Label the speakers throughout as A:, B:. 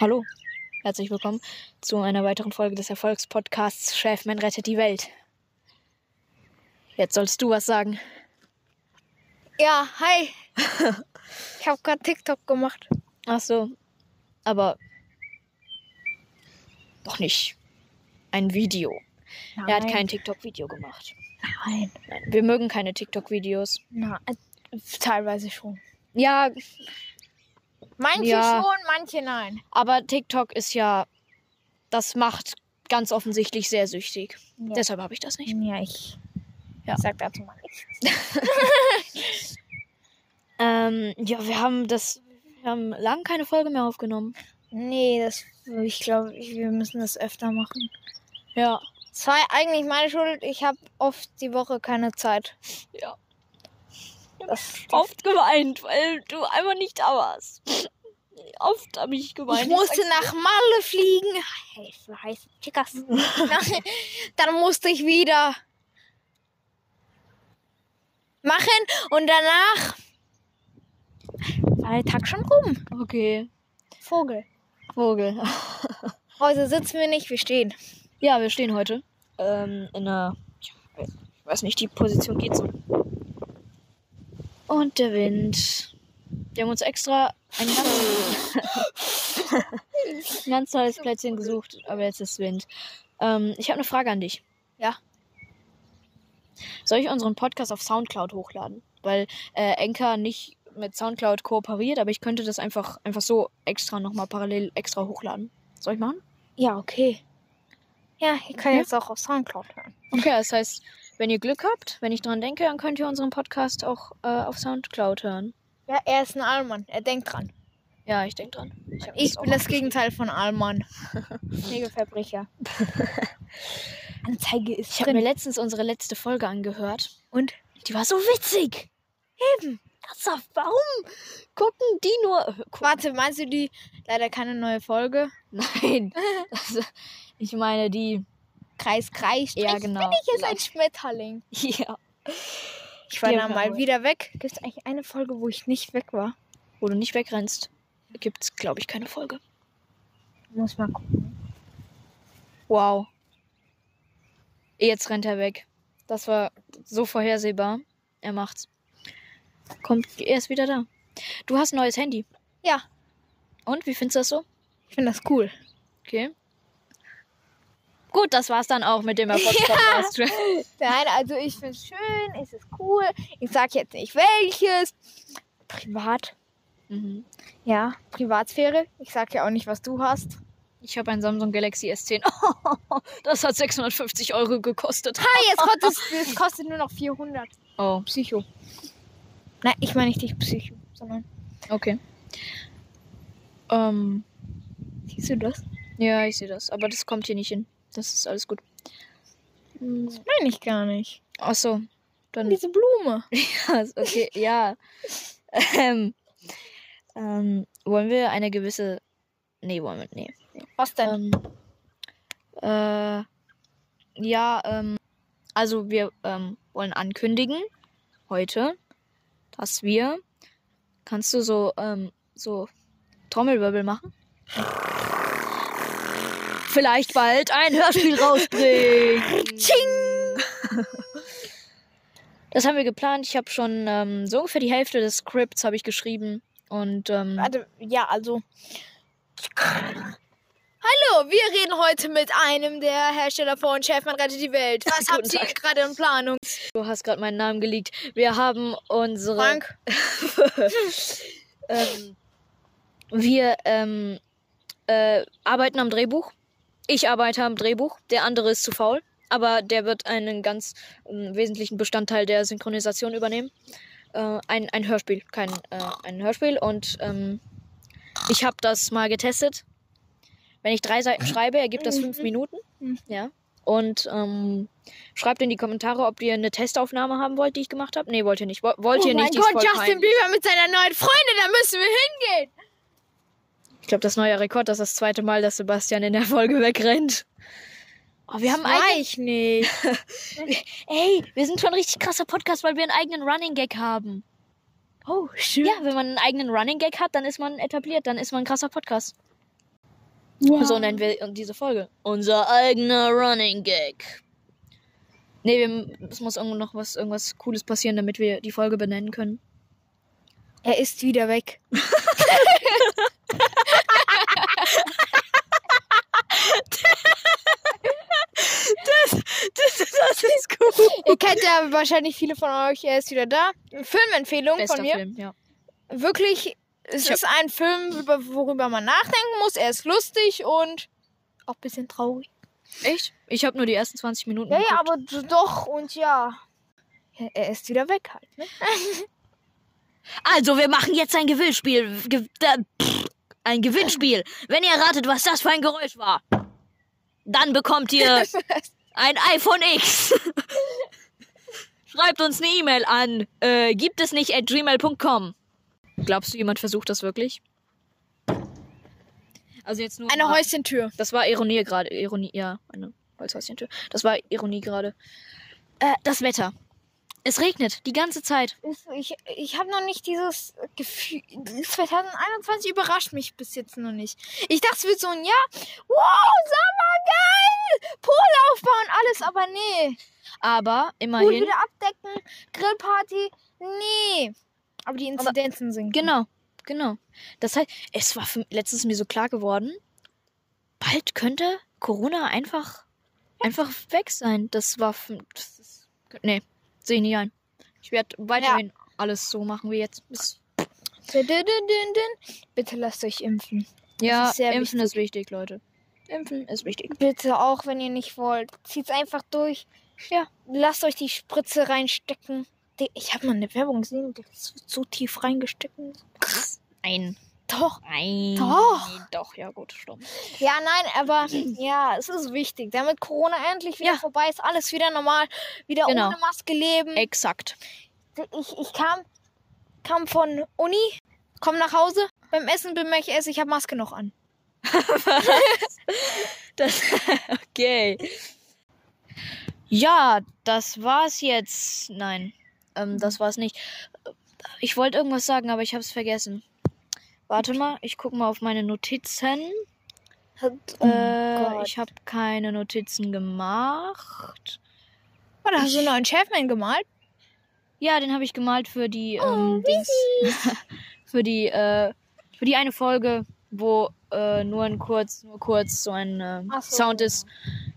A: Hallo, herzlich willkommen zu einer weiteren Folge des Erfolgspodcasts Schäfmann rettet die Welt. Jetzt sollst du was sagen.
B: Ja, hi. ich habe gerade TikTok gemacht.
A: Ach so, aber doch nicht ein Video. Er hat kein TikTok-Video gemacht.
B: Nein.
A: Nein, wir mögen keine TikTok-Videos.
B: Na, äh, teilweise schon.
A: Ja,
B: Manche
A: Ja.
B: schon, manche nein.
A: aber TikTok ist ja, das macht ganz offensichtlich sehr süchtig.
B: Ja.
A: Deshalb habe ich das nicht.
B: ja, ich
A: Ja.
B: sag dazu mal nichts.
A: Ähm, ja, wir haben das, wir haben lang keine Folge mehr aufgenommen.
B: Nee, das, ich glaube, ich- wir müssen das öfter machen.
A: Ja.
B: Es war eigentlich meine Schuld. Ich habe oft die Woche keine Zeit.
A: Ja.
B: Das,
A: oft geweint, weil du einfach nicht da warst. Oft habe ich geweint.
B: ich musste nach Malle fliegen. Hilfe, heiße Chickas. Nein, dann musste ich wieder machen und danach war der Tag schon rum.
A: Okay,
B: Vogel.
A: Vogel.
B: Heute Also sitzen wir nicht, wir stehen.
A: Ja, wir stehen heute ähm, in einer. Ich weiß nicht, die Position geht so. Und der Wind. Wir haben uns extra ein ganz, ein ganz tolles Plätzchen gesucht, aber jetzt ist Wind. Ähm, ich habe eine Frage an dich.
B: Ja.
A: Soll ich unseren Podcast auf Soundcloud hochladen? Weil äh, Anchor nicht mit Soundcloud kooperiert, aber ich könnte das einfach, einfach so extra nochmal parallel extra hochladen. Soll ich machen?
B: Ja, okay. Ja, ihr könnt
A: Ja.
B: jetzt auch auf Soundcloud hören.
A: Okay, das heißt, wenn ihr Glück habt, wenn ich dran denke, dann könnt ihr unseren Podcast auch äh, auf Soundcloud hören.
B: Ja, er ist ein Allmann. Er denkt dran.
A: Ja, ich denke dran. hab
B: Ich
A: das auch
B: bin das
A: aufgeschrieben.
B: Gegenteil von Allmann. Regelverbrecher. Anzeige ist
A: Ich habe mir letztens unsere letzte Folge angehört.
B: Und?
A: Die war so witzig. Eben. Ernsthaft, warum gucken die nur... äh, gu-
B: Warte, meinst du die leider keine neue Folge?
A: Nein. Also, ich meine die...
B: Kreis, Kreis,
A: Ja,
B: Strich,
A: genau.
B: Hier ist ein Schmetterling.
A: Ja.
B: Ich war
A: Ja,
B: da
A: genau.
B: mal wieder weg. Gibt es eigentlich eine Folge, wo ich nicht weg war?
A: Wo du nicht wegrennst, gibt es, glaube ich, keine Folge.
B: Muss mal gucken.
A: Wow. Jetzt rennt er weg. Das war so vorhersehbar. Er macht's. Kommt, er ist wieder da. Du hast ein neues Handy.
B: Ja,
A: Und wie findest du das so?
B: ich finde das cool.
A: Okay. Gut, das war's dann auch mit dem Erfolgspodcast.
B: Nein, also ich finde es schön, es ist cool. Ich sag jetzt nicht welches. Privat.
A: mhm.
B: Ja, Privatsphäre. Ich sag ja auch nicht, was du hast.
A: Ich habe ein Samsung Galaxy S10. das hat 650 Euro gekostet.
B: Ah, jetzt kostet es es kostet nur noch 400.
A: Oh,
B: Psycho. Nein, ich meine nicht dich Psycho, sondern.
A: okay. Ähm,
B: Siehst du das?
A: ja, ich sehe das. Aber das kommt hier nicht hin. Das ist alles gut.
B: Das meine ich gar nicht.
A: Ach so, dann
B: Diese Blume.
A: Krass, okay, ja. ähm, ähm, wollen wir eine gewisse. Nee, wollen wir. Nee.
B: Was denn?
A: Ähm, äh, ja, ähm, also wir ähm, wollen ankündigen heute, dass wir. Kannst du so, ähm, so Trommelwirbel machen? Vielleicht bald ein Hörspiel rausbringen. Das haben wir geplant. Ich habe schon ähm, so ungefähr die Hälfte des Scripts habe ich geschrieben und ähm,
B: Warte, ja, also. Hallo, wir reden heute mit einem der Hersteller von Chefmann rettet die Welt. Äh, Was
A: Guten
B: habt ihr
A: Tag.
B: gerade in Planung?
A: du hast gerade meinen Namen geleakt. Wir haben unsere
B: Frank?
A: ähm, wir ähm, äh, arbeiten am Drehbuch. Ich arbeite am Drehbuch. Der andere ist zu faul, aber der wird einen ganz ähm, wesentlichen Bestandteil der Synchronisation übernehmen. Äh, ein, ein Hörspiel, kein äh, ein Hörspiel. Und ähm, ich habe das mal getestet. Wenn ich drei Seiten schreibe, ergibt das fünf
B: Mhm.
A: Minuten.
B: Mhm.
A: Ja. Und ähm, schreibt in die Kommentare, ob ihr eine Testaufnahme haben wollt, die ich gemacht habe. Nee, wollt ihr nicht. Wo- Wollt ihr
B: oh mein
A: nicht? Die ist
B: Gott,
A: voll
B: Justin
A: peinlich.
B: Bieber mit seiner neuen Freundin, da müssen wir hingehen.
A: Ich glaube, das neue Rekord, das ist das zweite Mal, dass Sebastian in der Folge wegrennt. Oh, wir haben
B: Weiß
A: einen.
B: ich nicht.
A: Ey, wir sind schon ein richtig krasser Podcast, weil wir einen eigenen Running Gag haben.
B: Oh, schön.
A: Ja, wenn man einen eigenen Running Gag hat, dann ist man etabliert, dann ist man ein krasser Podcast.
B: Wow.
A: So nennen wir diese Folge. Unser eigener Running Gag. Nee, wir, es muss irgendwo noch was, irgendwas Cooles passieren, damit wir die Folge benennen können.
B: Er ist wieder weg.
A: Das, ist cool.
B: Ihr kennt ja wahrscheinlich viele von euch, er ist wieder da. Filmempfehlung
A: Bester
B: von mir.
A: Film, ja.
B: Wirklich, es
A: Ich hab-
B: ist ein Film, über, worüber man nachdenken muss. Er ist lustig und auch ein bisschen traurig.
A: Echt? Ich habe nur die ersten 20 Minuten.
B: Ja, ja,
A: geguckt.
B: aber d- doch und ja. Er- Er ist wieder weg halt. Ne?
A: Also, wir machen jetzt ein Gewinnspiel. Ge da, pff, ein Gewinnspiel. Wenn ihr erratet, was das für ein Geräusch war, dann bekommt ihr ein iPhone X. Schreibt uns eine E-Mail an. Äh, gibt es nicht at gmail.com. Glaubst du, jemand versucht das wirklich? Also jetzt nur.
B: Eine
A: mal-
B: Häuschentür.
A: das war Ironie gerade. Ironie, ja, eine Holzhäuschentür. Das war Ironie gerade. Äh, das Wetter. Es regnet die ganze Zeit.
B: Ist- Ich, ich habe noch nicht dieses Gefühl. dieses 2021 überrascht mich bis jetzt noch nicht. Ich dachte, es wird so ein Jahr. Wow, Sommer, geil! Pool aufbauen, alles, aber nee.
A: Aber
B: Pool
A: immerhin.
B: wieder abdecken, Grillparty, nee. Aber die Inzidenzen sind.
A: Genau, genau. Das heißt, es war für, letztens mir so klar geworden, bald könnte Corona einfach, einfach weg sein. Das war. für- Das ist, nee, sehe ich nicht ein. Ich werde weiterhin alles so machen wie jetzt. Bis,
B: Dün, dün, dün, dün. Bitte lasst euch impfen.
A: ja,
B: ist sehr
A: impfen ist wichtig, Leute. Impfen ist wichtig.
B: Bitte, auch wenn ihr nicht wollt. Zieht's einfach durch.
A: Ja.
B: Lasst euch die Spritze reinstecken. Die- Ich habe mal eine Werbung gesehen, das wird so tief reingesteckt.
A: Ein.
B: Doch.
A: Nein.
B: Doch.
A: Doch, ja gut, stimmt.
B: Ja, nein, aber ja, es ist wichtig. Damit Corona endlich wieder
A: Ja.
B: vorbei ist, alles wieder normal, wieder
A: Genau.
B: ohne Maske leben.
A: Exakt.
B: Ich, ich kam, kam von Uni, komm nach Hause, beim Essen bemerke ich erst, ich habe Maske noch an.
A: Das, okay. Ja, das war's jetzt. Nein, ähm,
B: Mhm.
A: das war's nicht. Ich wollte irgendwas sagen, aber ich hab's vergessen. Warte mal, ich guck mal auf meine Notizen. äh,
B: Oh Gott.
A: ich habe keine Notizen gemacht.
B: Oh, da hast du einen neuen Chefman gemalt?
A: Ja, den habe ich gemalt für die
B: Oh,
A: ähm, Dings, für die äh, für die eine Folge, wo äh, nur ein kurz nur kurz so ein äh,
B: Ach so,
A: Sound
B: ja.
A: ist,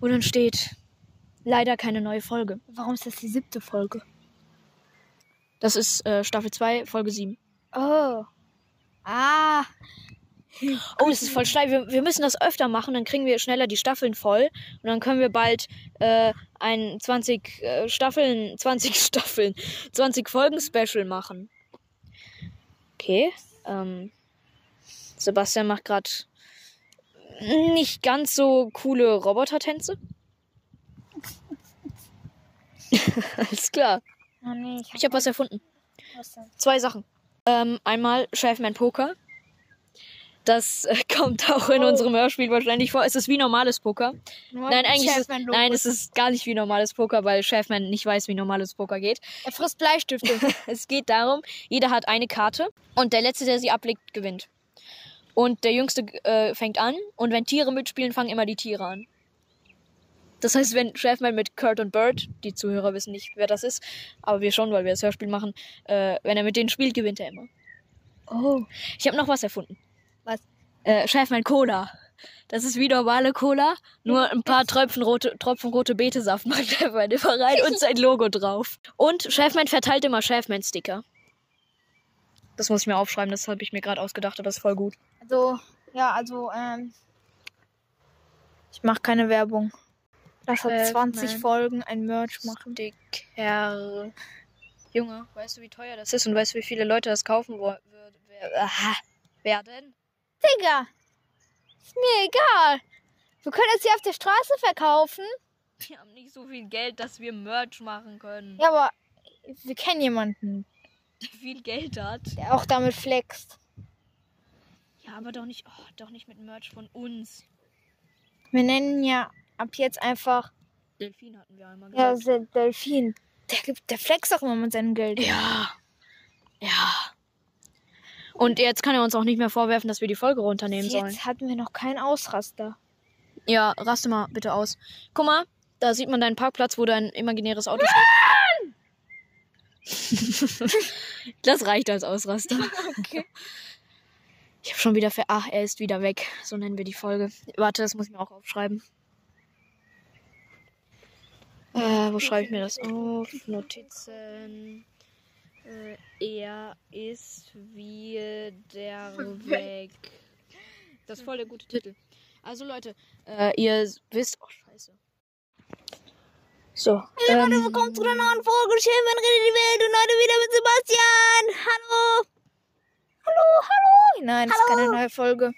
A: wo dann steht leider keine neue Folge.
B: Warum ist das die siebte Folge?
A: Das ist äh, Staffel 2, Folge 7.
B: Oh. Ah.
A: Oh, das ist voll steil. Wir, wir müssen das öfter machen, dann kriegen wir schneller die Staffeln voll. Und dann können wir bald äh, ein 20 äh, Staffeln, 20 Staffeln, 20 Folgen Special machen. Okay. Ähm, Sebastian macht gerade nicht ganz so coole Robotertänze. Alles klar.
B: Oh, nee, ich hab
A: Ich habe was erfunden.
B: was denn?
A: zwei Sachen. Ähm, einmal Chefman Poker. Das äh, kommt auch in
B: Oh.
A: unserem Hörspiel wahrscheinlich vor. Es ist wie normales Poker.
B: Nur
A: nein, eigentlich ist es,
B: Chefman
A: nein,
B: Lopez.
A: es ist gar nicht wie normales Poker, weil Chefman nicht weiß, wie normales Poker geht.
B: er frisst Bleistifte.
A: Es geht darum, jeder hat eine Karte und der Letzte, der sie ablegt, gewinnt. Und der Jüngste äh, fängt an und wenn Tiere mitspielen, fangen immer die Tiere an. Das heißt, wenn Chefman mit Kurt und Bird, die Zuhörer wissen nicht, wer das ist, aber wir schon, weil wir das Hörspiel machen, äh, wenn er mit denen spielt, gewinnt er immer.
B: oh.
A: Ich habe noch was erfunden.
B: Was?
A: Äh, Chefman Cola. Das ist wie normale Cola, nur ein paar Tröpfen rote, Tropfen rote Betesaft macht Chefman immer rein und sein Logo drauf. Und Chefman verteilt immer Chefman-Sticker. Das muss ich mir aufschreiben, das habe ich mir gerade ausgedacht, aber das ist voll gut.
B: Also, ja, also, ähm. Ich mache keine Werbung. Lass uns
A: Chefman.
B: 20 Folgen ein Merch machen.
A: Sticker. Junge, weißt du, wie teuer das ist und weißt du, wie viele Leute das kaufen wo- wür- wer- aha, werden?
B: Digga! Ist mir egal. Wir können es hier auf der Straße verkaufen.
A: Wir haben nicht so viel Geld, dass wir Merch machen können.
B: Ja, aber wir kennen jemanden,
A: Der viel Geld hat.
B: der auch damit flext.
A: Ja, aber doch nicht, oh, doch nicht mit Merch von uns.
B: Wir nennen ja ab jetzt einfach
A: Delfin hatten wir einmal
B: ja,
A: gesagt.
B: der Delfin. Der, gibt, der flext auch immer mit seinem Geld.
A: Ja. Ja. Und jetzt kann er uns auch nicht mehr vorwerfen, dass wir die Folge runternehmen
B: Jetzt
A: sollen.
B: hatten wir noch keinen Ausraster.
A: Ja, raste mal bitte aus. Guck mal, da sieht man deinen Parkplatz, wo dein imaginäres Auto steht. das reicht als Ausraster.
B: Okay.
A: Ich habe schon wieder ver... Ach, er ist wieder weg. So nennen wir die Folge. Warte, das muss ich mir auch aufschreiben. Äh, wo schreibe ich mir das auf? Notizen. Äh, er ist wieder weg. Das ist voll der gute Titel. Also Leute, äh, ihr wisst... Oh, scheiße. So. ähm,
B: Willkommen zu einer neuen Folge. Schön, wenn redet die Welt und heute wieder mit Sebastian. Hallo. Hallo, hallo. Nein, das ist keine neue Folge.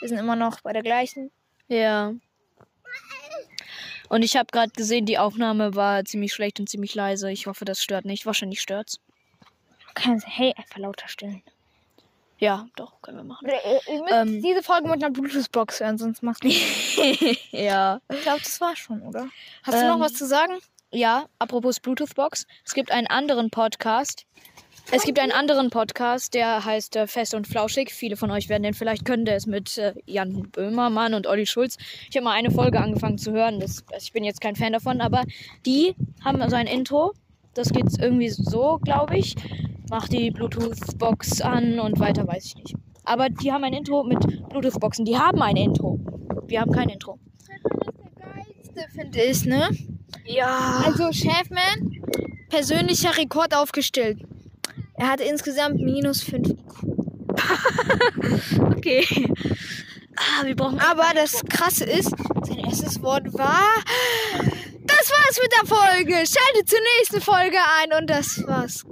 B: Wir sind immer noch bei der gleichen.
A: Ja. Und ich habe gerade gesehen, die Aufnahme war ziemlich schlecht und ziemlich leise. Ich hoffe, das stört nicht. Wahrscheinlich stört's.
B: Man kann sagen, hey, einfach lauter stellen.
A: Ja, doch, können wir machen.
B: äh, Ihr müsst
A: Ähm.
B: diese Folge mit einer Bluetooth-Box hören, sonst macht Ich
A: ja.
B: glaube, das war schon, oder? Hast du
A: Ähm.
B: noch was zu sagen?
A: Ja, apropos Bluetooth-Box. Es gibt einen anderen Podcast. Es gibt einen anderen Podcast, der heißt äh, Fest und Flauschig. Viele von euch werden den vielleicht können. Der ist mit äh, Jan Böhmermann und Olli Schulz. Ich habe mal eine Folge angefangen zu hören. Das, also ich bin jetzt kein Fan davon, aber die haben so ein Intro. Das geht irgendwie so, glaube ich. Mach die Bluetooth-Box an und weiter weiß ich nicht. Aber die haben ein Intro mit Bluetooth-Boxen. Die haben ein Intro. Wir haben kein Intro.
B: Finde ich, ne?
A: Ja.
B: Also, Chefman, persönlicher Rekord aufgestellt. Er hatte insgesamt minus 5.
A: Okay. Ah, wir brauchen.
B: Aber das Krasse ist, sein erstes Wort war. Das war's mit der Folge. Schaltet zur nächsten Folge ein und das war's.